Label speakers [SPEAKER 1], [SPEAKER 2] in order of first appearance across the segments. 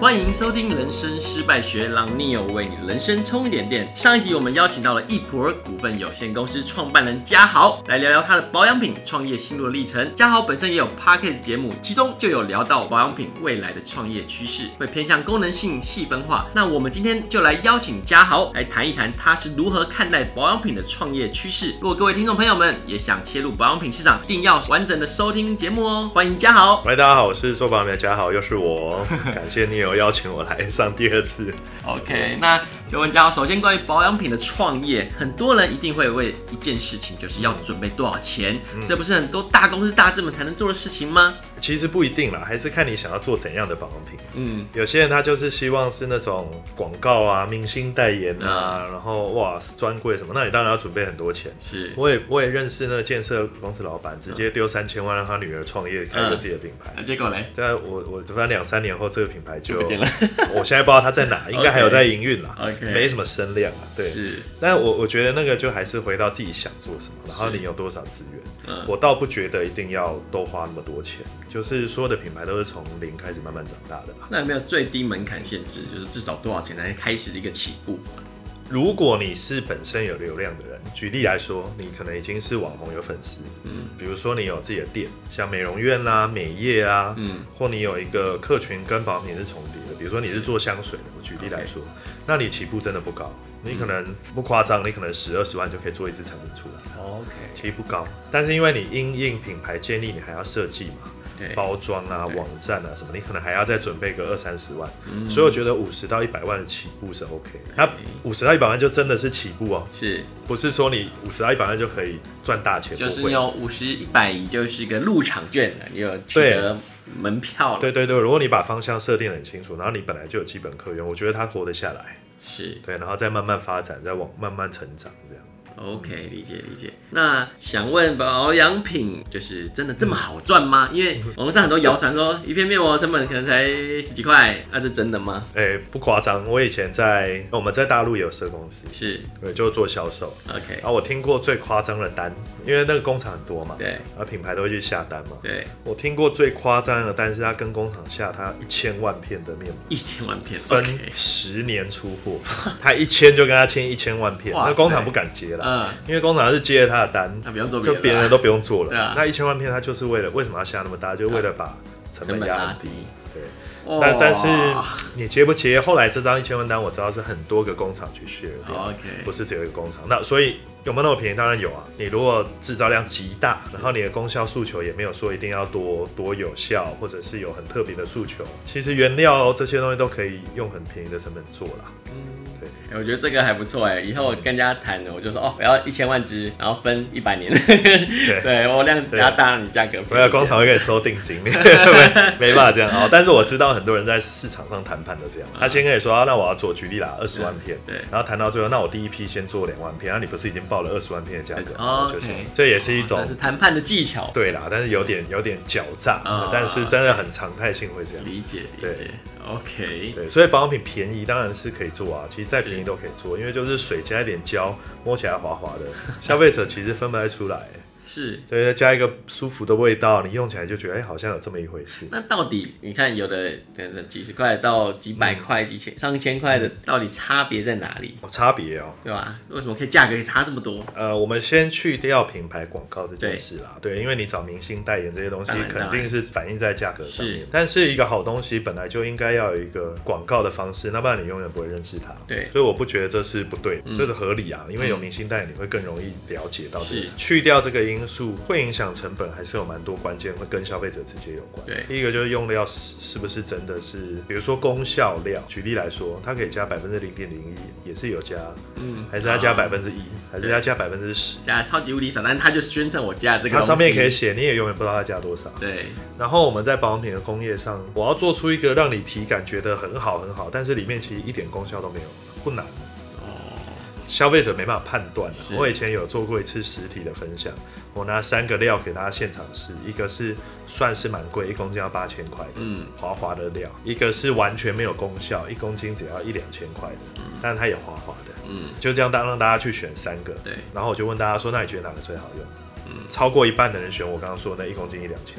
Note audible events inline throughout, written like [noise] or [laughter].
[SPEAKER 1] 欢迎收听《人生失败学》，让 Neo 为你人生充一点电。上一集我们邀请到了易普尔股份有限公司创办人嘉豪，来聊聊他的保养品创业心路的历程。嘉豪本身也有 Podcast 节目，其中就有聊到保养品未来的创业趋势，会偏向功能性细分化。那我们今天就来邀请嘉豪来谈一谈他是如何看待保养品的创业趋势。如果各位听众朋友们也想切入保养品市场，一定要完整的收听节目哦。欢迎嘉豪。
[SPEAKER 2] 喂，大家好，我是说保美，家好，又
[SPEAKER 1] [laughs]
[SPEAKER 2] 是我，感谢你有邀请我来上第二次。
[SPEAKER 1] OK，那就问嘉豪，首先关于保养品的创业，很多人一定会为一件事情，就是要准备多少钱，
[SPEAKER 2] 嗯
[SPEAKER 1] 这不是很多大公司大资本才能做的事情吗？
[SPEAKER 2] 其实不一定啦，还是看你想要做怎样的保养品。
[SPEAKER 1] 嗯，
[SPEAKER 2] 有些人他就是希望是那种广告啊、明星代言啊，
[SPEAKER 1] 嗯
[SPEAKER 2] 然后哇专柜什么，那你当然要准备很多钱。
[SPEAKER 1] 是
[SPEAKER 2] 我也我也认识那个建设公司老板，直接丢三千万让他女儿创业，开个自己的品牌。
[SPEAKER 1] 那结果嘞，
[SPEAKER 2] 在我我反正两三年后，这个品牌
[SPEAKER 1] 嗯
[SPEAKER 2] 就
[SPEAKER 1] 就不见了
[SPEAKER 2] 我现在不知道他在
[SPEAKER 1] [laughs]
[SPEAKER 2] 哪，应该还有在营运啦
[SPEAKER 1] OK
[SPEAKER 2] 没什么声量啊。对，
[SPEAKER 1] 是，
[SPEAKER 2] 但我我觉得那个就还是回到自己想做什么，然后你有多少资源。
[SPEAKER 1] 嗯，
[SPEAKER 2] 我倒不觉得一定要都花那么多钱，就是所有的品牌都是从零开始慢慢长大的吧。
[SPEAKER 1] 那有没有最低门槛限制，就是至少多少钱才开始的一个起步？
[SPEAKER 2] 如果你是本身有流量的人，举例来说，你可能已经是网红有粉丝，
[SPEAKER 1] 嗯
[SPEAKER 2] 比如说你有自己的店，像美容院啦、美业啊，
[SPEAKER 1] 嗯
[SPEAKER 2] 或你有一个客群跟保养品是重叠的，比如说你是做香水的，我举例来说，那你起步真的不高，你
[SPEAKER 1] 嗯
[SPEAKER 2] 可能不夸张，你可能十二十万就可以做一支产品出来。
[SPEAKER 1] ，OK，
[SPEAKER 2] 其实不高，但是因为你因应品牌建立，你还要设计嘛，
[SPEAKER 1] 对，
[SPEAKER 2] 包装啊、
[SPEAKER 1] 对
[SPEAKER 2] 网站啊什么，你可能还要再准备个二三十万，
[SPEAKER 1] 嗯
[SPEAKER 2] 所以我觉得五十到一百万的起步是 OK 的。那五十到一百万就真的是起步哦，
[SPEAKER 1] 是，
[SPEAKER 2] 不是说你五十到一百万就可以赚大钱，
[SPEAKER 1] 就是
[SPEAKER 2] 不会
[SPEAKER 1] 有五十一百，就是一个入场券了，你有取
[SPEAKER 2] 对
[SPEAKER 1] 得门票了，
[SPEAKER 2] 对对对，如果你把方向设定得很清楚，然后你本来就有基本客源，我觉得他活得下来，
[SPEAKER 1] 是。
[SPEAKER 2] 对，然后再慢慢发展，再往慢慢成长这样。
[SPEAKER 1] OK，理解理解。那想问保养品就是真的这么好赚吗？
[SPEAKER 2] 嗯
[SPEAKER 1] 因为网络上很多谣传说一片面膜成本可能才十几块，那、是真的吗？
[SPEAKER 2] 哎、不夸张，我以前在我们在大陆也有设公司，
[SPEAKER 1] 是
[SPEAKER 2] 对，就做销售，
[SPEAKER 1] OK，
[SPEAKER 2] 然啊后我听过最夸张的单，因为那个工厂很多嘛，
[SPEAKER 1] 对
[SPEAKER 2] 然后品牌都会去下单嘛。
[SPEAKER 1] 对，
[SPEAKER 2] 我听过最夸张的单是他跟工厂下他一千万片的面膜，
[SPEAKER 1] 一千万片
[SPEAKER 2] 分
[SPEAKER 1] OK，
[SPEAKER 2] 十年出货，他一签就跟他签一千万片，
[SPEAKER 1] 哇塞
[SPEAKER 2] 那工厂不敢接了，
[SPEAKER 1] 嗯，
[SPEAKER 2] 因为工厂是接了他的单，
[SPEAKER 1] 那不用做别
[SPEAKER 2] 就
[SPEAKER 1] 的啦，
[SPEAKER 2] 别人都不用做了。
[SPEAKER 1] 对啊
[SPEAKER 2] 那一千万片他就是为了为什么要下那么大，就是为了把成
[SPEAKER 1] 成
[SPEAKER 2] 本
[SPEAKER 1] 本
[SPEAKER 2] 压
[SPEAKER 1] 拉
[SPEAKER 2] 很低。
[SPEAKER 1] 低。
[SPEAKER 2] 对，
[SPEAKER 1] 哦
[SPEAKER 2] 但但是你接不接？后来这张一千万单我知道是很多个工厂去 share 掉。不
[SPEAKER 1] OK，
[SPEAKER 2] 是只有一个工厂。那所以有没有那么便宜？当然有啊。你如果制造量极大，然后你的功效诉求也没有说一定要多多有效，或者是有很特别的诉求，其实原料这些东西都可以用很便宜的成本做
[SPEAKER 1] [laughs]
[SPEAKER 2] 啦。
[SPEAKER 1] 嗯
[SPEAKER 2] 对
[SPEAKER 1] 哎我觉得这个还不错哎，以后我跟人家谈了，我就说哦，我要一千万只，然后分一百年，
[SPEAKER 2] 对。
[SPEAKER 1] [laughs] 对我量比
[SPEAKER 2] 对
[SPEAKER 1] 较大，你价格便宜一点。
[SPEAKER 2] 没有工厂会给你收定金， [laughs] 没没办法这样哦。但是我知道很多人在市场上谈判都这样，他先跟你说、啊，那我要做，举例啦，二十万片，
[SPEAKER 1] 对
[SPEAKER 2] 然后谈到最后，那我第一批先做两万片，那你不是已经报了二十万片的价格，
[SPEAKER 1] 哦
[SPEAKER 2] 我就
[SPEAKER 1] OK 哦
[SPEAKER 2] 先这也是一种
[SPEAKER 1] 这是谈判的技巧。
[SPEAKER 2] 对啦，但是有点有点狡诈，
[SPEAKER 1] 啊
[SPEAKER 2] 但是真的很常态性会这样。
[SPEAKER 1] 理解理
[SPEAKER 2] 对
[SPEAKER 1] 解，OK，
[SPEAKER 2] 对，所以保养品便宜当然是可以做啊，其实再便宜
[SPEAKER 1] 是
[SPEAKER 2] 都可以做，因为就是水加一点胶，摸起来滑滑
[SPEAKER 1] [laughs]
[SPEAKER 2] 的，消费者其实分不太出来。
[SPEAKER 1] 是。
[SPEAKER 2] 对，再加一个舒服的味道，你用起来就觉得哎、好像有这么一回事。
[SPEAKER 1] 那到底你看有的可能几十块到几百块、几
[SPEAKER 2] 嗯
[SPEAKER 1] 千上千块的，到底差别在哪里？
[SPEAKER 2] 有差别哦。
[SPEAKER 1] 对吧？为什么可以价格可以差这么多？
[SPEAKER 2] 呃，我们先去掉品牌广告这件事啦，对，因为你找明星代言这些东西
[SPEAKER 1] 当，然
[SPEAKER 2] 肯定是反映在价格上
[SPEAKER 1] 是
[SPEAKER 2] 面。但是一个好东西本来就应该要有一个广告的方式，那不然你永远不会认识它。
[SPEAKER 1] 对
[SPEAKER 2] 所以我不觉得这是不对，
[SPEAKER 1] 嗯
[SPEAKER 2] 这是合理啊，因为有明星代言，你会更容易了解到这个
[SPEAKER 1] 是。
[SPEAKER 2] 去掉这个因素，会影响成本，还是有蛮多关键会跟消费者直接有关。
[SPEAKER 1] 对
[SPEAKER 2] 第一个就是用料是是不是真的是，比如说功效料，举例来说，它可以加百分之零点零一，也是有加，
[SPEAKER 1] 嗯，
[SPEAKER 2] 还是它加
[SPEAKER 1] 啊
[SPEAKER 2] 百分之一，还是它加百分之十。
[SPEAKER 1] 加超级无敌少，但是他就宣称我加了这个东
[SPEAKER 2] 它
[SPEAKER 1] 西，
[SPEAKER 2] 上面可以写，你也永远不知道它加多少。
[SPEAKER 1] 对
[SPEAKER 2] 然后我们在保养品的工业上，我要做出一个让你体感觉得很好很好，但是里面其实一点功效都没有，不难，
[SPEAKER 1] 哦，
[SPEAKER 2] 消费者没办法判断的、
[SPEAKER 1] 是
[SPEAKER 2] 我以前有做过一次实体的分享，我拿三个料给大家现场试，一个是算是蛮贵，一公斤要八千块的。
[SPEAKER 1] 嗯，
[SPEAKER 2] 滑滑的料，一个是完全没有功效，一公斤只要一两千块的，但它也滑滑的，
[SPEAKER 1] 嗯，
[SPEAKER 2] 就这样当让大家去选三个，
[SPEAKER 1] 对，
[SPEAKER 2] 然后我就问大家说，那你觉得哪个最好用？
[SPEAKER 1] 嗯
[SPEAKER 2] 超过一半的人选我刚刚说的那一公斤一两千，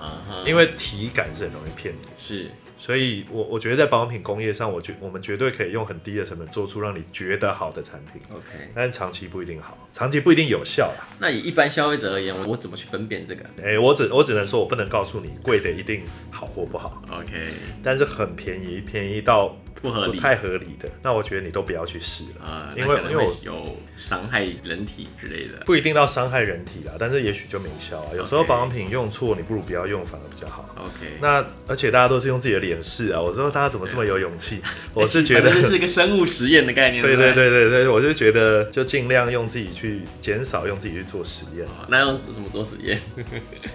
[SPEAKER 1] 啊哈，
[SPEAKER 2] 因为体感是很容易骗你。
[SPEAKER 1] 是
[SPEAKER 2] 所以我我觉得在保养品工业上，我觉我们绝对可以用很低的成本做出让你觉得好的产品，
[SPEAKER 1] OK，
[SPEAKER 2] 但长期不一定好，长期不一定有效啦。
[SPEAKER 1] 那以一般消费者而言，我怎么去分辨这个
[SPEAKER 2] 哎、我只我只能说我不能告诉你贵的一定好或不好，
[SPEAKER 1] ？OK，
[SPEAKER 2] 但是很便宜，便宜到
[SPEAKER 1] 不合理
[SPEAKER 2] 不太合理的，那我觉得你都不要去试了，
[SPEAKER 1] 啊、那
[SPEAKER 2] 因为
[SPEAKER 1] 可能
[SPEAKER 2] 因为
[SPEAKER 1] 会
[SPEAKER 2] 我
[SPEAKER 1] 有伤害人体之类的。
[SPEAKER 2] 不一定到伤害人体啦，但是也许就没效啊。有时候
[SPEAKER 1] OK
[SPEAKER 2] 保养品用错，你不如不要用，反而比较好。
[SPEAKER 1] OK，
[SPEAKER 2] 那而且大家都是用自己的脸试啊，我说大家怎么这么有勇
[SPEAKER 1] [laughs]
[SPEAKER 2] 气？ [laughs] 我是觉得
[SPEAKER 1] 哎反正这是一个生物实验的概念。
[SPEAKER 2] 对
[SPEAKER 1] 不
[SPEAKER 2] 对。对对对，我就觉得就尽量用自己去减少用自己去做实验，
[SPEAKER 1] 哦那用什么做实验？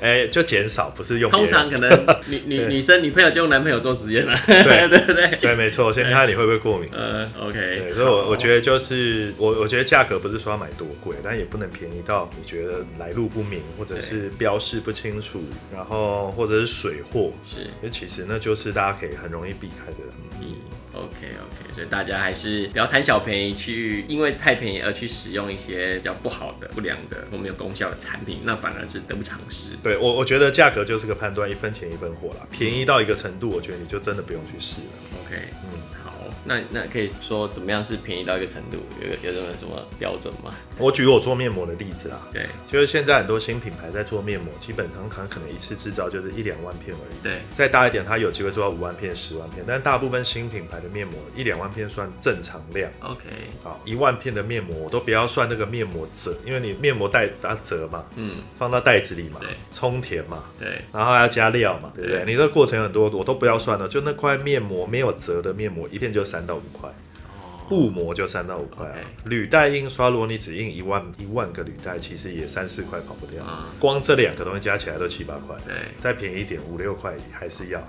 [SPEAKER 2] 哎、就减少，不是用别
[SPEAKER 1] 通
[SPEAKER 2] 人
[SPEAKER 1] 常可
[SPEAKER 2] [laughs]
[SPEAKER 1] 能女女
[SPEAKER 2] 对
[SPEAKER 1] 女生女朋友就用男朋友做实验了，
[SPEAKER 2] 对
[SPEAKER 1] [laughs] 对不对？
[SPEAKER 2] 对，没错，先看看你会不会过敏。
[SPEAKER 1] 呃，OK，
[SPEAKER 2] 对，所以我我觉得就是我我觉得价格不是说要买多贵，但也不能便宜到你觉得来路不明，或者是标示不清楚，然后或者是水货，
[SPEAKER 1] 是
[SPEAKER 2] 因为其实那就是大家可以很容易避开的。
[SPEAKER 1] 嗯，OK OK，所以大家还是不要贪小便宜，去因为太便宜而去使用一些比较不好的、不良的、我没有功效的产品，那反而是得不偿失。
[SPEAKER 2] 对我我觉得价格就是个判断，一分钱一分货啦，便宜到一个程度，我觉得你就真的不用去试了。
[SPEAKER 1] OK，
[SPEAKER 2] 嗯。
[SPEAKER 1] 好，那那可以说怎么样是便宜到一个程度？有有有什么什么标准吗？
[SPEAKER 2] 我举我做面膜的例子啦，
[SPEAKER 1] 对
[SPEAKER 2] 就是现在很多新品牌在做面膜，基本上它可能一次制造就是一两万片而已。
[SPEAKER 1] 对
[SPEAKER 2] 再大一点，它有机会做到五万片、十万片，但大部分新品牌的面膜一两万片算正常量。
[SPEAKER 1] ，OK，
[SPEAKER 2] 好，一万片的面膜我都不要算那个面膜折，因为你面膜袋它折嘛，
[SPEAKER 1] 嗯，
[SPEAKER 2] 放到袋子里嘛
[SPEAKER 1] 对，
[SPEAKER 2] 充填嘛，
[SPEAKER 1] 对，
[SPEAKER 2] 然后还要加料嘛，对不对？
[SPEAKER 1] 对
[SPEAKER 2] 你这个过程很多，我都不要算了，就那块面膜没有折的面膜，一片就三到五块。
[SPEAKER 1] 哦，
[SPEAKER 2] 布膜就三到五块啊
[SPEAKER 1] OK，
[SPEAKER 2] 履带印刷，如果你只印一万一万个履带，其实也三四块跑不掉
[SPEAKER 1] 嗯。
[SPEAKER 2] 光这两个东西加起来都七八块，
[SPEAKER 1] 对
[SPEAKER 2] 再便宜一点五六块还是要。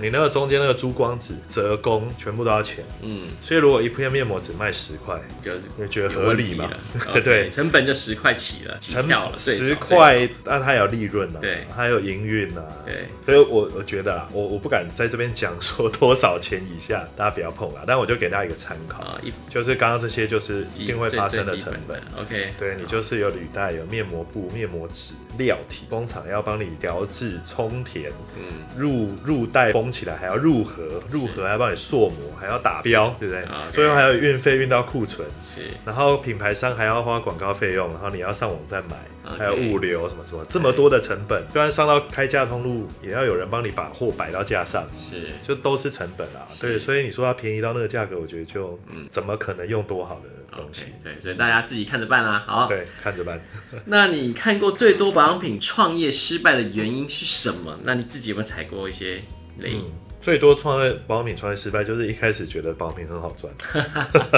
[SPEAKER 2] 你
[SPEAKER 1] ，OK，
[SPEAKER 2] 那个中间那个珠光纸、折工全部都要钱，
[SPEAKER 1] 嗯，
[SPEAKER 2] 所以如果一片面膜只卖十块，
[SPEAKER 1] 就是
[SPEAKER 2] 你觉得
[SPEAKER 1] 有
[SPEAKER 2] 合
[SPEAKER 1] 问
[SPEAKER 2] 理
[SPEAKER 1] 题
[SPEAKER 2] 吗？
[SPEAKER 1] 了
[SPEAKER 2] [laughs] 对
[SPEAKER 1] OK，成本就十块起了，起
[SPEAKER 2] 成
[SPEAKER 1] 跳了，最少
[SPEAKER 2] 十，块，但它有利润啊，
[SPEAKER 1] 对
[SPEAKER 2] 它有营运啊，
[SPEAKER 1] 最少对。
[SPEAKER 2] 所以我我觉得啊，我我不敢在这边讲说多少钱以下，大家不要碰啊，但我就给大家一个参考，
[SPEAKER 1] 啊，一
[SPEAKER 2] 就是刚刚这些就是一定会发生的成本。。
[SPEAKER 1] OK，
[SPEAKER 2] 对你就是有履带、有面膜布、面膜纸、料体，工厂要帮你调制、充填、
[SPEAKER 1] 嗯，
[SPEAKER 2] 入入袋封起来，还要入盒，入盒还要帮你塑模，还要打标，对不对
[SPEAKER 1] 啊？，OK
[SPEAKER 2] 最后还有运费运到库存，
[SPEAKER 1] 是
[SPEAKER 2] 然后品牌商还要花广告费用，然后你要上网再买
[SPEAKER 1] OK
[SPEAKER 2] 还有物流什么什么，这么多的成本，就算上到开架通路，也要有人帮你把货摆到架上。
[SPEAKER 1] 是
[SPEAKER 2] 就都是成本啊，
[SPEAKER 1] 是
[SPEAKER 2] 对，所以你说它便宜到那个价格，我觉得就
[SPEAKER 1] 嗯
[SPEAKER 2] 怎么可能用多好的东西
[SPEAKER 1] OK，？对，所以大家自己看着办啦、好，
[SPEAKER 2] 对，看着办。
[SPEAKER 1] 那你看过最多保养品创业失败的原因是什么？那你自己有没有踩过一些雷？
[SPEAKER 2] 嗯，最多创业保养品创业失败，就是一开始觉得保养品很好赚。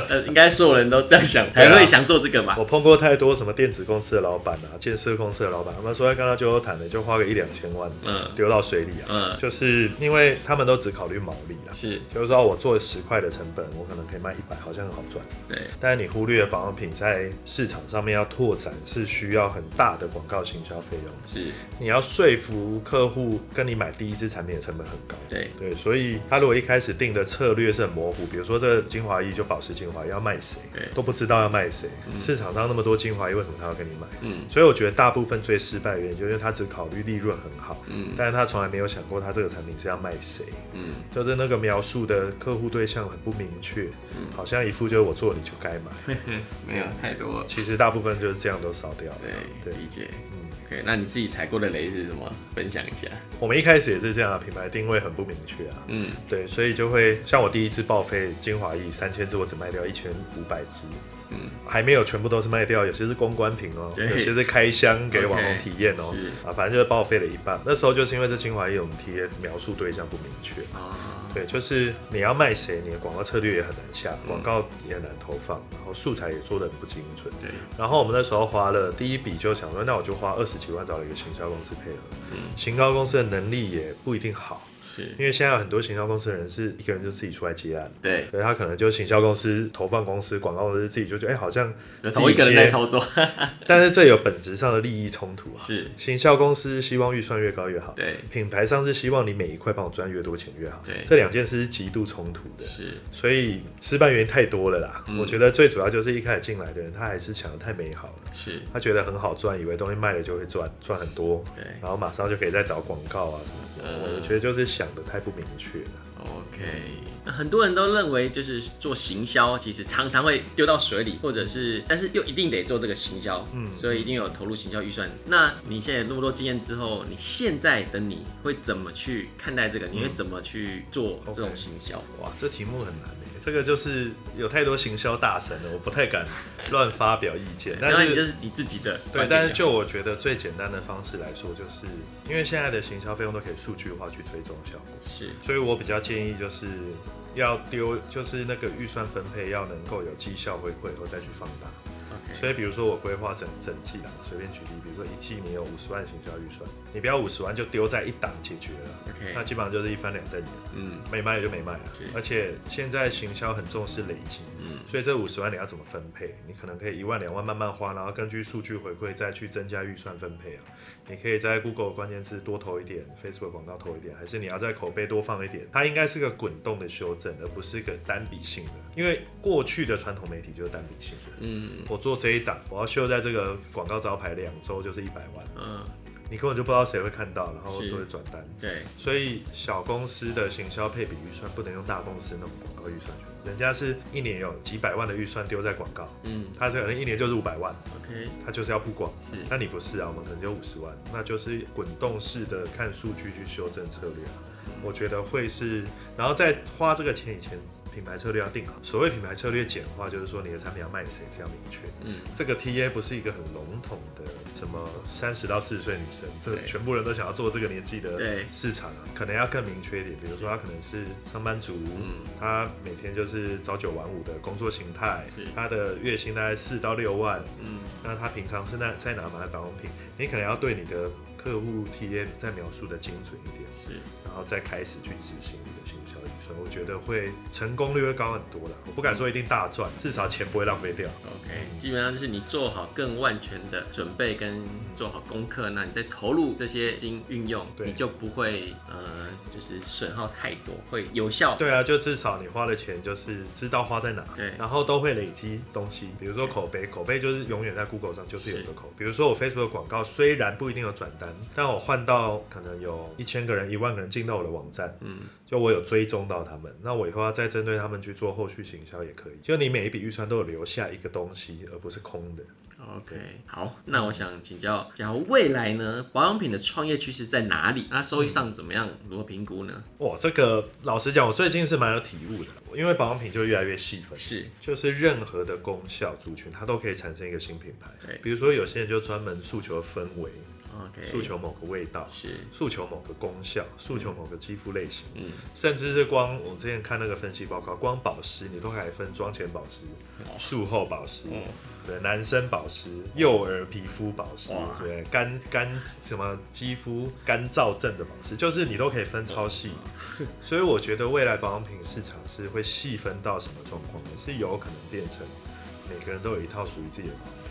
[SPEAKER 1] 呃，应该所有人都这样
[SPEAKER 2] [laughs]
[SPEAKER 1] 想，
[SPEAKER 2] 对啊
[SPEAKER 1] 才会想做这个吧？
[SPEAKER 2] 我碰过太多什么电子公司的老板啊，建设公司的老板，他们说要跟他纠谈的，就花个一两千万
[SPEAKER 1] 嗯
[SPEAKER 2] 丢到水里啊，
[SPEAKER 1] 嗯，
[SPEAKER 2] 就是因为他们都只考虑毛利啊。
[SPEAKER 1] 是
[SPEAKER 2] 就是说，我做十块的成本，我可能可以卖一百，好像很好赚。
[SPEAKER 1] 对，
[SPEAKER 2] 但是你忽略了保养品在市场上面要拓展，是需要很大的广告行销费用。
[SPEAKER 1] 是，
[SPEAKER 2] 你要说服客户跟你买第一支产品的成本很高。
[SPEAKER 1] 对
[SPEAKER 2] 对，所以他如果一开始定的策略是很模糊，比如说这个精华液就保湿精华液要卖谁
[SPEAKER 1] 对，
[SPEAKER 2] 都不知道要卖谁，
[SPEAKER 1] 嗯
[SPEAKER 2] 市场上那么多精华液，为什么他要跟你买？
[SPEAKER 1] 嗯
[SPEAKER 2] 所以我觉得大部分最失败的原因，就是他只考虑利润很好，
[SPEAKER 1] 嗯
[SPEAKER 2] 但是他从来没有想过他这个产品是要卖谁，
[SPEAKER 1] 嗯
[SPEAKER 2] 就是那个描述的客户对象很不明确，
[SPEAKER 1] 嗯
[SPEAKER 2] 好像一副就是我做你就该买，
[SPEAKER 1] 嘿嘿，没有太多了。
[SPEAKER 2] 其实大部分就是这样都少掉了。
[SPEAKER 1] 对，
[SPEAKER 2] 对，
[SPEAKER 1] 理解。
[SPEAKER 2] 嗯，
[SPEAKER 1] OK，那你自己踩过的雷是什么？分享一下。
[SPEAKER 2] 我们一开始也是这样啊，品牌定位很不明确啊，
[SPEAKER 1] 嗯，
[SPEAKER 2] 对，所以就会像我第一支报废精华液三千支，我只卖掉一千五百支，
[SPEAKER 1] 嗯，
[SPEAKER 2] 还没有全部都是卖掉，有些是公关品哦，
[SPEAKER 1] 对
[SPEAKER 2] 有些是开箱给网红
[SPEAKER 1] 哎 OK，
[SPEAKER 2] 体验哦
[SPEAKER 1] 是，
[SPEAKER 2] 啊，反正就是报废了一半。那时候就是因为这精华液我们体验描述对象不明确。
[SPEAKER 1] 啊，
[SPEAKER 2] 对，就是你要卖谁，你的广告策略也很难下，
[SPEAKER 1] 嗯
[SPEAKER 2] 广告也很难投放，然后素材也做的不精准。
[SPEAKER 1] 对，
[SPEAKER 2] 然后我们那时候花了第一笔，就想说，那我就花二十几万找了一个行销公司配合，
[SPEAKER 1] 嗯，
[SPEAKER 2] 行销公司的能力也不一定好，
[SPEAKER 1] 是，
[SPEAKER 2] 因为现在有很多行销公司的人是一个人就自己出来接案，
[SPEAKER 1] 对，
[SPEAKER 2] 所以他可能就行销公司、投放公司、广告公司自己就觉得，哎、好像
[SPEAKER 1] 同一个人在操作，
[SPEAKER 2] 但是这有本质上的利益冲突啊。
[SPEAKER 1] 是，
[SPEAKER 2] 行销公司希望预算越高越好，
[SPEAKER 1] 对，
[SPEAKER 2] 品牌商是希望你每一块帮我赚越多钱越好，
[SPEAKER 1] 对
[SPEAKER 2] 这两件事是极度冲突的。
[SPEAKER 1] 是，
[SPEAKER 2] 所以失败原因太多了啦，
[SPEAKER 1] 嗯
[SPEAKER 2] 我觉得最主要就是一开始进来的人，他还是想的太美好了，
[SPEAKER 1] 是，
[SPEAKER 2] 他觉得很好赚，以为东西卖了就会赚，赚很多，
[SPEAKER 1] 对，
[SPEAKER 2] 然后马上就可以再找广告啊什么的。
[SPEAKER 1] 嗯
[SPEAKER 2] 我觉得就是想讲的太不明确了。
[SPEAKER 1] OK，那很多人都认为就是做行销，其实常常会丢到水里，或者是，但是又一定得做这个行销，嗯
[SPEAKER 2] 嗯，
[SPEAKER 1] 所以一定有投入行销预算。那你现在有那么多经验之后，你现在的你会怎么去看待这个？你会怎么去做这种
[SPEAKER 2] 嗯 OK
[SPEAKER 1] 行销？
[SPEAKER 2] 哇，这题目很难诶，这个就是有太多行销大神了，我不太敢乱发表意
[SPEAKER 1] [laughs]
[SPEAKER 2] 见。
[SPEAKER 1] 当
[SPEAKER 2] 但
[SPEAKER 1] 然，你就是是你自己的观点
[SPEAKER 2] 对，但是就我觉得最简单的方式来说，就是因为现在的行销费用都可以数据化去追踪效果，
[SPEAKER 1] 是
[SPEAKER 2] 所以我比较建议就是要丢，就是那个预算分配要能够有绩效回馈以后再去放大。
[SPEAKER 1] OK，
[SPEAKER 2] 所以比如说我规划整整季啦，我随便举例，比如说一季你有五十万行销预算，你不要五十万就丢在一档解决了
[SPEAKER 1] OK
[SPEAKER 2] 那基本上就是一翻两瞪眼，
[SPEAKER 1] 嗯
[SPEAKER 2] 没卖就没卖啊
[SPEAKER 1] 是。
[SPEAKER 2] 而且现在行销很重视累积，
[SPEAKER 1] 嗯
[SPEAKER 2] 所以这五十万你要怎么分配？你可能可以一万两万慢慢花，然后根据数据回馈再去增加预算分配啊。你可以在 Google 关键字多投一点，Facebook 广告投一点，还是你要在口碑多放一点？它应该是个滚动的修正，而不是一个单笔性的。因为过去的传统媒体就是单笔性的。
[SPEAKER 1] 嗯
[SPEAKER 2] 我做这一档，我要秀在这个广告招牌两周就是一百万，
[SPEAKER 1] 嗯，
[SPEAKER 2] 你根本就不知道谁会看到，然后
[SPEAKER 1] 是
[SPEAKER 2] 都会转单。
[SPEAKER 1] 对，
[SPEAKER 2] 所以小公司的行销配比预算不能用大公司那种广告预算去，人家是一年有几百万的预算丢在广告，
[SPEAKER 1] 嗯
[SPEAKER 2] 他可能一年就是五百万，
[SPEAKER 1] OK，
[SPEAKER 2] 他就是要曝光。
[SPEAKER 1] 是
[SPEAKER 2] 那你不是啊，我们可能就五十万，那就是滚动式的看数据去修正策略啊。我觉得会是，然后在花这个钱以前，品牌策略要定好。所谓品牌策略简化，就是说你的产品要卖给谁是要明确的。
[SPEAKER 1] 嗯
[SPEAKER 2] 这个 TA 不是一个很笼统的，什么三十到四十岁女生，这
[SPEAKER 1] 对
[SPEAKER 2] 全部人都想要做这个年纪的
[SPEAKER 1] 对
[SPEAKER 2] 市场啊，可能要更明确一点。比如说，她可能是上班族，
[SPEAKER 1] 嗯
[SPEAKER 2] 她每天就是朝九晚五的工作形态
[SPEAKER 1] 是，
[SPEAKER 2] 她的月薪大概四到六万，
[SPEAKER 1] 嗯
[SPEAKER 2] 那她平常是在在哪买保养品？你可能要对你的客户 TA 再描述的精准一点，
[SPEAKER 1] 是
[SPEAKER 2] 然后再开始去执行你的行销预算，我觉得会成功率会高很多啦。我不敢说一定大赚，至少钱不会浪费掉。
[SPEAKER 1] OK，基本上就是你做好更万全的准备跟做好功课，那你再投入这些经运用，
[SPEAKER 2] 对
[SPEAKER 1] 你就不会呃就是损耗太多，会有效。
[SPEAKER 2] 对啊，就至少你花的钱就是知道花在哪，
[SPEAKER 1] 对
[SPEAKER 2] 然后都会累积东西，比如说口碑，口碑就是永远在 Google 上就是有一个口，比如说我 Facebook 广告虽然不一定有转单，但我换到可能有一千个人、一万个人进到我的网站，
[SPEAKER 1] 嗯，
[SPEAKER 2] 就我有追踪到他们，那我以后要再针对他们去做后续行销也可以，就你每一笔预算都有留下一个东西，而不是空的。
[SPEAKER 1] OK，好，那我想请教，假如未来呢，保养品的创业趋势在哪里？那收益
[SPEAKER 2] 嗯
[SPEAKER 1] 上怎么样？如何评估呢？
[SPEAKER 2] 哇，这个老实讲，我最近是蛮有体悟的，因为保养品就越来越细分，
[SPEAKER 1] 是，
[SPEAKER 2] 就是任何的功效族群，它都可以产生一个新品牌。
[SPEAKER 1] 对
[SPEAKER 2] 比如说有些人就专门诉求氛围，
[SPEAKER 1] ，OK，
[SPEAKER 2] 诉求某个味道，
[SPEAKER 1] 是，
[SPEAKER 2] 诉求某个功效，诉求某个肌肤类型，
[SPEAKER 1] 嗯，
[SPEAKER 2] 甚至是光我之前看那个分析报告，光保湿你都还分妆前保湿、
[SPEAKER 1] 哦
[SPEAKER 2] 术后保湿。
[SPEAKER 1] 哦，
[SPEAKER 2] 对，男生保湿、幼儿皮肤保湿
[SPEAKER 1] 哇，
[SPEAKER 2] 对，干干什么肌肤干燥症的保湿，就是你都可以分超细。所以我觉得未来保养品市场是会细分到什么状况呢？是有可能变成每个人都有一套属于自己的保养品。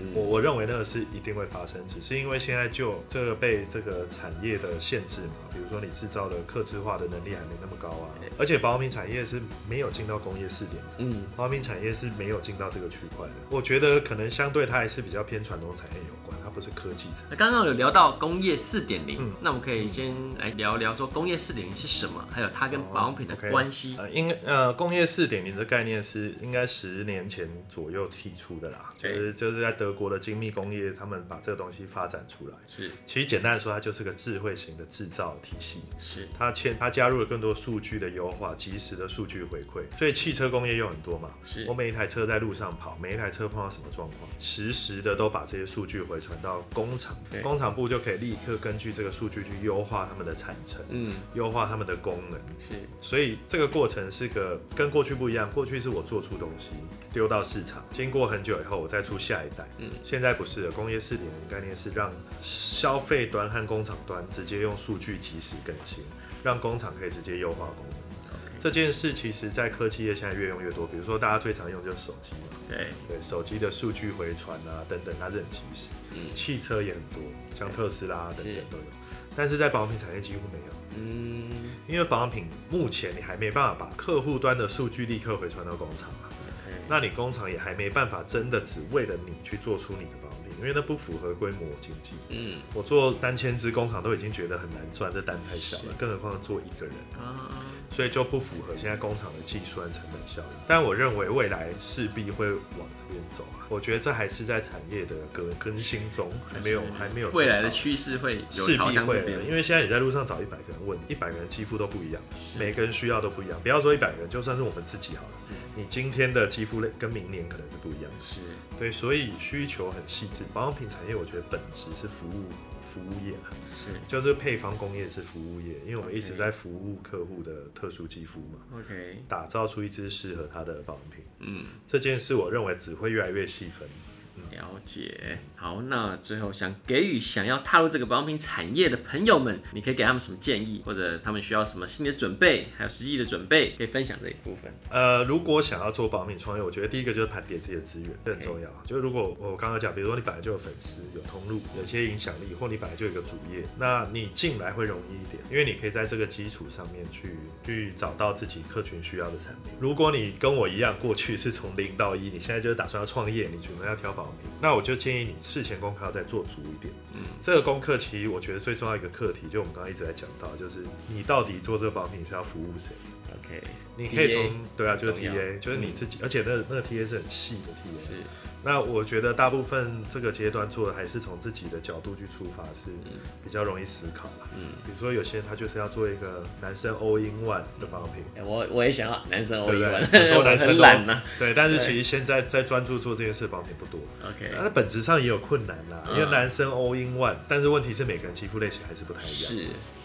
[SPEAKER 1] 嗯
[SPEAKER 2] 我我认为那个是一定会发生，只是因为现在就这个被这个产业的限制嘛，比如说你制造的客制化的能力还没那么高啊
[SPEAKER 1] 对，
[SPEAKER 2] 而且保养品产业是没有进到工业四点。
[SPEAKER 1] 嗯
[SPEAKER 2] 保养品产业是没有进到这个区块的。我觉得可能相对它还是比较偏传统产业有关，它不是科技产业。
[SPEAKER 1] 那刚刚有聊到工业四点零
[SPEAKER 2] 嗯，
[SPEAKER 1] 那我们可以先来聊聊说工业四点零是什么，还有它跟保养品的
[SPEAKER 2] 哦，OK
[SPEAKER 1] 关系。
[SPEAKER 2] 呃，应呃，工业四点零的概念是应该十年前左右提出的啦，就
[SPEAKER 1] 对
[SPEAKER 2] 是就是在德国的精密工业，他们把这个东西发展出来。
[SPEAKER 1] 是
[SPEAKER 2] 其实简单的说，它就是个智慧型的制造体系。
[SPEAKER 1] 是，
[SPEAKER 2] 它嵌它加入了更多数据的优化，及时的数据回馈，所以汽车工业又很多嘛。
[SPEAKER 1] 是
[SPEAKER 2] 我每一台车在路上跑，每一台车碰到什么状况，实时的都把这些数据回传到工厂
[SPEAKER 1] 对，
[SPEAKER 2] 工厂部就可以立刻根据这个数据去优化他们的产程，
[SPEAKER 1] 嗯，
[SPEAKER 2] 优化他们的功能。
[SPEAKER 1] 是
[SPEAKER 2] 所以这个过程是个跟过去不一样，过去是我做出东西丢到市场，经过很久以后我再出下一代。
[SPEAKER 1] 嗯
[SPEAKER 2] 现在不是了，工业四点零概念是让消费端和工厂端直接用数据及时更新，让工厂可以直接优化功能。
[SPEAKER 1] ，OK，
[SPEAKER 2] 这件事其实在科技业现在越用越多，比如说大家最常用就是手机嘛，
[SPEAKER 1] 对，
[SPEAKER 2] 对，手机的数据回传啊等等，它是很及时。
[SPEAKER 1] 嗯
[SPEAKER 2] 汽车也很多，像特斯拉啊等等
[SPEAKER 1] 是
[SPEAKER 2] 都有，但是在保养品产业几乎没有。
[SPEAKER 1] 嗯
[SPEAKER 2] 因为保养品目前你还没办法把客户端的数据立刻回传到工厂嘛，那你工厂也还没办法真的只为了你去做出你的保养品，因因为那不符合规模经济。
[SPEAKER 1] 嗯
[SPEAKER 2] 我做三千只工厂都已经觉得很难赚，这单太小了
[SPEAKER 1] 是，
[SPEAKER 2] 更何况做一个人，
[SPEAKER 1] 啊，
[SPEAKER 2] 所以就不符合现在工厂的计算成本效益。但我认为未来势必会往这边走啊，我觉得这还是在产业的革更新中，还没有还没有
[SPEAKER 1] 未来的
[SPEAKER 2] 做到
[SPEAKER 1] 趋势会有
[SPEAKER 2] 势
[SPEAKER 1] 朝
[SPEAKER 2] 必
[SPEAKER 1] 向
[SPEAKER 2] 会
[SPEAKER 1] 这
[SPEAKER 2] 的，
[SPEAKER 1] 边，
[SPEAKER 2] 因为现在你在路上找一百个人问，一百个人肌肤都不一样，
[SPEAKER 1] 是
[SPEAKER 2] 每个人需要都不一样。不要说一百个人，就算是我们自己好了
[SPEAKER 1] 嗯，
[SPEAKER 2] 你今天的肌肤类跟明年可能是不一样。
[SPEAKER 1] 是
[SPEAKER 2] 对，所以需求很细致。保养品产业，我觉得本质是服务服务业啦，
[SPEAKER 1] 是
[SPEAKER 2] 就是配方工业是服务业，因为我们
[SPEAKER 1] OK
[SPEAKER 2] 一直在服务客户的特殊肌肤嘛，
[SPEAKER 1] OK，
[SPEAKER 2] 打造出一支适合他的保养品。
[SPEAKER 1] 嗯。
[SPEAKER 2] 这件事，我认为只会越来越细分。
[SPEAKER 1] 了解，好，那最后想给予想要踏入这个保养品产业的朋友们，你可以给他们什么建议，或者他们需要什么心理的准备，还有实际的准备，可以分享这一部分。
[SPEAKER 2] 呃，如果想要做保养品创业，我觉得第一个就是盘点自己的资源，这很重要。就如果我刚刚讲，比如说你本来就有粉丝、有通路、有些影响力，或你本来就有一个主业，那你进来会容易一点，因为你可以在这个基础上面去去找到自己客群需要的产品。如果你跟我一样，过去是从零到一，你现在就是打算要创业，你觉得要挑保养品，那我就建议你事前功课要再做足一点。
[SPEAKER 1] 嗯，
[SPEAKER 2] 这个功课其实我觉得最重要一个课题，就我们刚刚一直在讲到，就是你到底做这个保养品是要服务谁。
[SPEAKER 1] OK，
[SPEAKER 2] 你可以
[SPEAKER 1] TA
[SPEAKER 2] 从对啊，就是
[SPEAKER 1] 重要嗯
[SPEAKER 2] TA，就是你自己，而且那那个 TA 是很细的 TA。
[SPEAKER 1] 是
[SPEAKER 2] 那我觉得大部分这个阶段做的还是从自己的角度去出发，是
[SPEAKER 1] 嗯
[SPEAKER 2] 比较容易思考啦。
[SPEAKER 1] 嗯，
[SPEAKER 2] 比如说有些人他就是要做一个男生 all in one 的保养品，
[SPEAKER 1] 哎我我也想要男生欧
[SPEAKER 2] 对
[SPEAKER 1] 一
[SPEAKER 2] 不对？
[SPEAKER 1] 万，
[SPEAKER 2] 很多
[SPEAKER 1] 我
[SPEAKER 2] 男生
[SPEAKER 1] 很
[SPEAKER 2] 都
[SPEAKER 1] 懒呐、
[SPEAKER 2] 对，但是
[SPEAKER 1] 对
[SPEAKER 2] 其实现在在专注做这件事的保养品不多，那
[SPEAKER 1] OK，
[SPEAKER 2] 本质上也有困难啦，因为
[SPEAKER 1] 嗯
[SPEAKER 2] 男生 all in one，但是问题是每个人肌肤类型还是不太一样，
[SPEAKER 1] 是，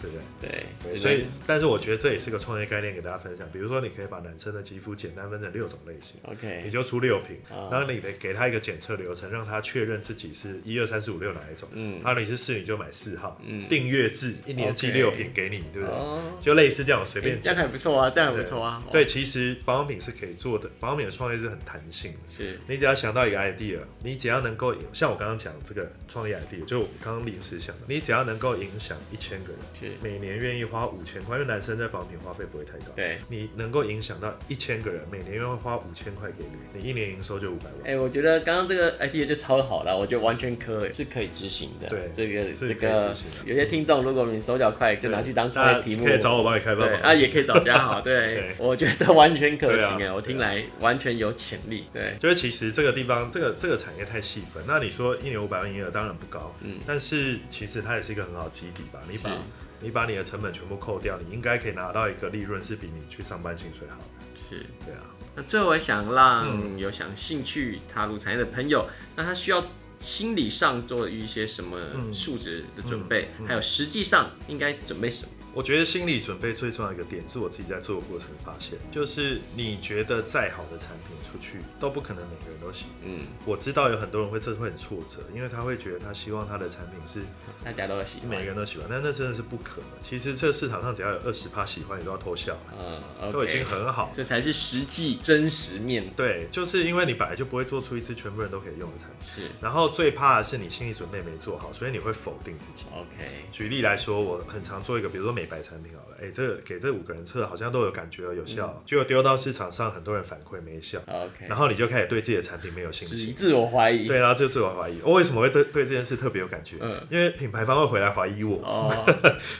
[SPEAKER 2] 对不对？
[SPEAKER 1] 对，
[SPEAKER 2] 对，
[SPEAKER 1] 这
[SPEAKER 2] 所
[SPEAKER 1] 个
[SPEAKER 2] 以，但是我觉得这也是个创业概念，给大家分享。比如说，你可以把男生的肌肤简单分成六种类型，你
[SPEAKER 1] OK，
[SPEAKER 2] 就出六瓶，
[SPEAKER 1] 啊
[SPEAKER 2] 然后你得给他一个检测流程，让他确认自己是一二三四五六哪一种。
[SPEAKER 1] 嗯
[SPEAKER 2] 然后你是四，你就买四号，
[SPEAKER 1] 嗯
[SPEAKER 2] 订阅制，一年
[SPEAKER 1] OK
[SPEAKER 2] 寄六瓶给你，对不对？
[SPEAKER 1] 哦，
[SPEAKER 2] 就类似这样，我随
[SPEAKER 1] 哎
[SPEAKER 2] 便
[SPEAKER 1] 这
[SPEAKER 2] 讲
[SPEAKER 1] 样。还不错啊，这样还不错啊，
[SPEAKER 2] 对，其实保养品是可以做的，保养品的创业是很弹性的
[SPEAKER 1] 哦，。是
[SPEAKER 2] 你只要想到一个 idea，你只要能够像我刚刚讲这个创业 idea，就我刚刚临时想的，你只要能够影响一千个人，
[SPEAKER 1] 是，
[SPEAKER 2] 每年愿意花五千块，因为男生在保养品花费不会太高。
[SPEAKER 1] 对。
[SPEAKER 2] 你能够影响到一千个人，每年愿意花五千块给你，你一年营收就五百万。
[SPEAKER 1] 哎、我觉得刚刚这个 idea 就超好了，我觉得完全可是可以执行的。
[SPEAKER 2] 对
[SPEAKER 1] 这个
[SPEAKER 2] 是
[SPEAKER 1] 这
[SPEAKER 2] 可以
[SPEAKER 1] 个
[SPEAKER 2] 执行的
[SPEAKER 1] 有些听众，如果你手脚快，就拿去当创业题目。
[SPEAKER 2] 大家可以找我帮你开办
[SPEAKER 1] 对
[SPEAKER 2] 吧。
[SPEAKER 1] 啊，也可以找嘉
[SPEAKER 2] [laughs]
[SPEAKER 1] 豪。对
[SPEAKER 2] 对，
[SPEAKER 1] 我觉得完全可行哎、
[SPEAKER 2] 对啊
[SPEAKER 1] 我听来完全有潜力。对，
[SPEAKER 2] 就是其实这个地方，这个这个产业太细分。那你说一年五百万营业额当然不高，
[SPEAKER 1] 嗯，
[SPEAKER 2] 但是其实它也是一个很好的基底吧。你把
[SPEAKER 1] 是
[SPEAKER 2] 你把你的成本全部扣掉，你应该可以拿到一个利润是比你去上班薪水好的。
[SPEAKER 1] 是。
[SPEAKER 2] 对啊，
[SPEAKER 1] 那最后，我想让
[SPEAKER 2] 嗯
[SPEAKER 1] 有想兴趣踏入产业的朋友，那他需要心理上做一些什么
[SPEAKER 2] 嗯
[SPEAKER 1] 素质的准备，
[SPEAKER 2] 嗯嗯
[SPEAKER 1] 还有实际上应该准备什么？
[SPEAKER 2] 我觉得心理准备最重要的一个点是我自己在做的过程发现，就是你觉得再好的产品出去都不可能每个人都喜欢。
[SPEAKER 1] 嗯，
[SPEAKER 2] 我知道有很多人会这会很挫折，因为他会觉得他希望他的产品是
[SPEAKER 1] 大家都喜欢。
[SPEAKER 2] 每个人都喜欢，但那真的是不可能。其实这市场上只要有二十趴喜欢，你都要偷笑，
[SPEAKER 1] 嗯
[SPEAKER 2] 都已经
[SPEAKER 1] ，OK，
[SPEAKER 2] 很好。
[SPEAKER 1] 这才是实际真实面。
[SPEAKER 2] 对，就是因为你本来就不会做出一支全部人都可以用的产品，
[SPEAKER 1] 是
[SPEAKER 2] 然后最怕的是你心理准备没做好，所以你会否定自己。
[SPEAKER 1] OK，
[SPEAKER 2] 举例来说，我很常做一个，比如说美白产品好了，哎、这个给这五个人测，好像都有感觉哦有效，结果丢到市场上，很多人反馈没效，
[SPEAKER 1] 嗯 OK，
[SPEAKER 2] 然后你就开始对自己的产品没有信
[SPEAKER 1] 只
[SPEAKER 2] 心
[SPEAKER 1] 是。自我怀疑。
[SPEAKER 2] 对，然后就自我怀疑。我为什么会对对这件事特别有感觉？
[SPEAKER 1] 嗯
[SPEAKER 2] 因为品牌方会回来怀疑我。 [laughs]
[SPEAKER 1] 哦，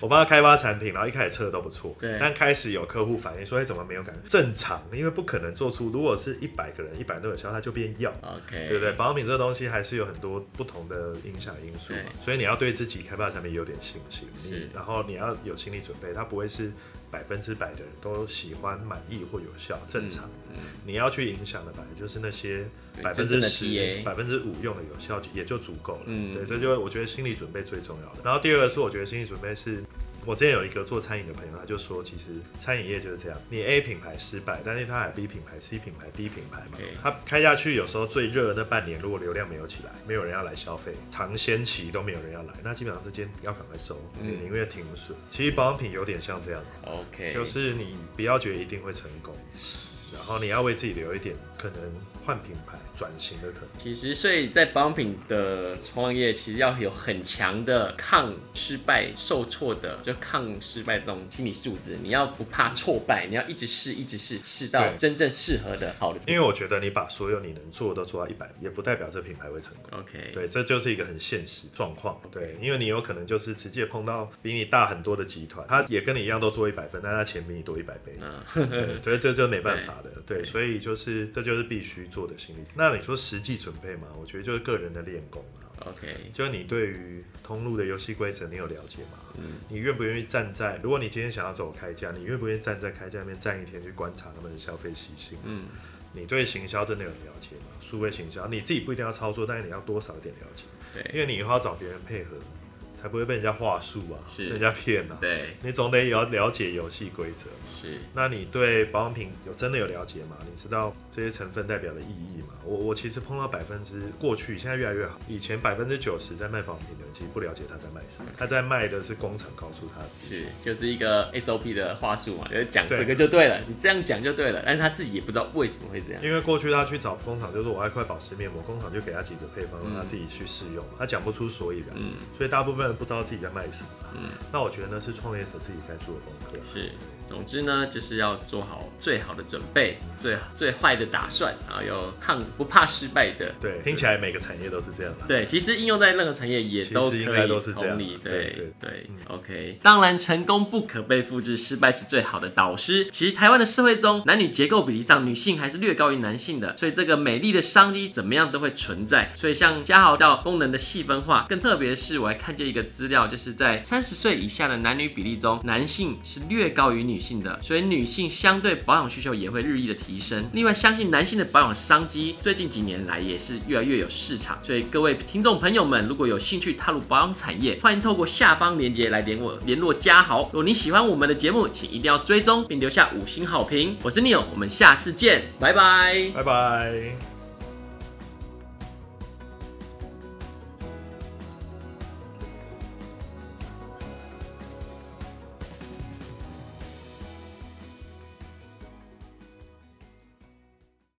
[SPEAKER 2] 我帮他开发产品，然后一开始测的都不错，
[SPEAKER 1] 对
[SPEAKER 2] 但开始有客户反映说，哎，怎么没有感觉？正常，因为不可能做出，如果是一百个人，一百都有效，它就变药。
[SPEAKER 1] OK，
[SPEAKER 2] 对不对？保养品这个东西还是有很多不同的影响因素嘛
[SPEAKER 1] 对
[SPEAKER 2] 所以你要对自己开发的产品有点信心，
[SPEAKER 1] 是
[SPEAKER 2] 你然后你要有心理准备，它不会是百分之百的人都喜欢、满意或有效，正常。
[SPEAKER 1] 嗯，
[SPEAKER 2] 你要去影响的本来就是那些
[SPEAKER 1] 对
[SPEAKER 2] 百
[SPEAKER 1] 真正
[SPEAKER 2] 分之
[SPEAKER 1] 的
[SPEAKER 2] 十
[SPEAKER 1] TA、
[SPEAKER 2] 百分之五用的有效也就足够了。
[SPEAKER 1] 嗯
[SPEAKER 2] 对，这就我觉得心理准备最重要的。然后第二个是我觉得心理准备是。我之前有一个做餐饮的朋友，他就说，其实餐饮业就是这样，你 A 品牌失败，但是它还有 B 品牌、C 品牌、D 品牌嘛
[SPEAKER 1] OK，
[SPEAKER 2] 它开下去有时候最热的那半年，如果流量没有起来，没有人要来消费，尝鲜期都没有人要来，那基本上这间要赶快收，
[SPEAKER 1] 嗯
[SPEAKER 2] 你宁愿停损。其实保养品有点像这样，
[SPEAKER 1] 嗯，OK，
[SPEAKER 2] 就是你不要觉得一定会成功，然后你要为自己留一点可能换品牌转型的可能。
[SPEAKER 1] 其实，所以在保养品的创业，其实要有很强的抗失败、受挫的，就抗失败这种心理素质。你要不怕挫败，你要一直试，一直试，试到
[SPEAKER 2] 对
[SPEAKER 1] 真正适合的好的。
[SPEAKER 2] 因为我觉得你把所有你能做的都做到一百，也不代表这品牌会成功。
[SPEAKER 1] OK，
[SPEAKER 2] 对，这就是一个很现实状况。对，因为你有可能就是直接碰到比你大很多的集团，他也跟你一样都做一百分，但他钱比你多一百 [laughs] 倍。
[SPEAKER 1] 嗯，
[SPEAKER 2] 对，所以这就没办法的，对，
[SPEAKER 1] 对
[SPEAKER 2] 所以就是这就是必须做的心理。那你说实际准备嘛？我觉得就是个人的练功啊，
[SPEAKER 1] OK，
[SPEAKER 2] 就是你对于通路的游戏规则你有了解吗？
[SPEAKER 1] 嗯
[SPEAKER 2] 你愿不愿意站在？如果你今天想要走开价，你愿不愿意站在开价那边站一天去观察他们的消费习性？
[SPEAKER 1] 嗯，
[SPEAKER 2] 你对行销真的有了解吗？数位行销你自己不一定要操作，但是你要多少一点了解，因
[SPEAKER 1] 对，
[SPEAKER 2] 为你以后要找别人配合，才不会被人家话术啊，
[SPEAKER 1] 是
[SPEAKER 2] 被人家骗啊。
[SPEAKER 1] 对，
[SPEAKER 2] 你总得也要了解游戏规则嘛。
[SPEAKER 1] 是，
[SPEAKER 2] 那你对保养品有真的有了解吗？你知道这些成分代表的意义吗？我我其实碰到百分之过去现在越来越好，以前百分之九十在卖保养品的人其实不了解他在卖什么，他在卖的是工厂告诉他的。
[SPEAKER 1] 是，就是一个 SOP 的话术嘛，就是讲
[SPEAKER 2] 对
[SPEAKER 1] 这个就对了，你这样讲就对了，但是他自己也不知道为什么会这样。
[SPEAKER 2] 因为过去他去找工厂，就是我要一块保湿面膜，工厂就给他几个配方，让他自己去试用，他讲不出所以然，
[SPEAKER 1] 嗯
[SPEAKER 2] 所以大部分人不知道自己在卖什么。
[SPEAKER 1] 嗯，
[SPEAKER 2] 那我觉得呢是创业者自己该做的功课。
[SPEAKER 1] 是。总之呢，就是要做好最好的准备，最最坏的打算，然后有抗不怕失败的。
[SPEAKER 2] 对，听起来每个产业都是这样的。
[SPEAKER 1] 对，其实应用在任何产业也都可
[SPEAKER 2] 其实应该
[SPEAKER 1] 以
[SPEAKER 2] 都是这样
[SPEAKER 1] 同理。
[SPEAKER 2] 对
[SPEAKER 1] 对
[SPEAKER 2] 对
[SPEAKER 1] 对
[SPEAKER 2] 嗯
[SPEAKER 1] ，OK。当然，成功不可被复制，失败是最好的导师。其实台湾的社会中，男女结构比例上，女性还是略高于男性的，所以这个美丽的商机怎么样都会存在。所以像嘉豪到功能的细分化，更特别的是，我还看见一个资料，就是在三十岁以下的男女比例中，男性是略高于女性的，所以女性相对保养需求也会日益的提升。另外，相信男性的保养商机最近几年来也是越来越有市场，所以各位听众朋友们，如果有兴趣踏入保养产业，欢迎透过下方链接来联我联络嘉豪。如果你喜欢我们的节目，请一定要追踪并留下五星好评。我是 Neil，我们下次见，拜拜。
[SPEAKER 2] 拜拜。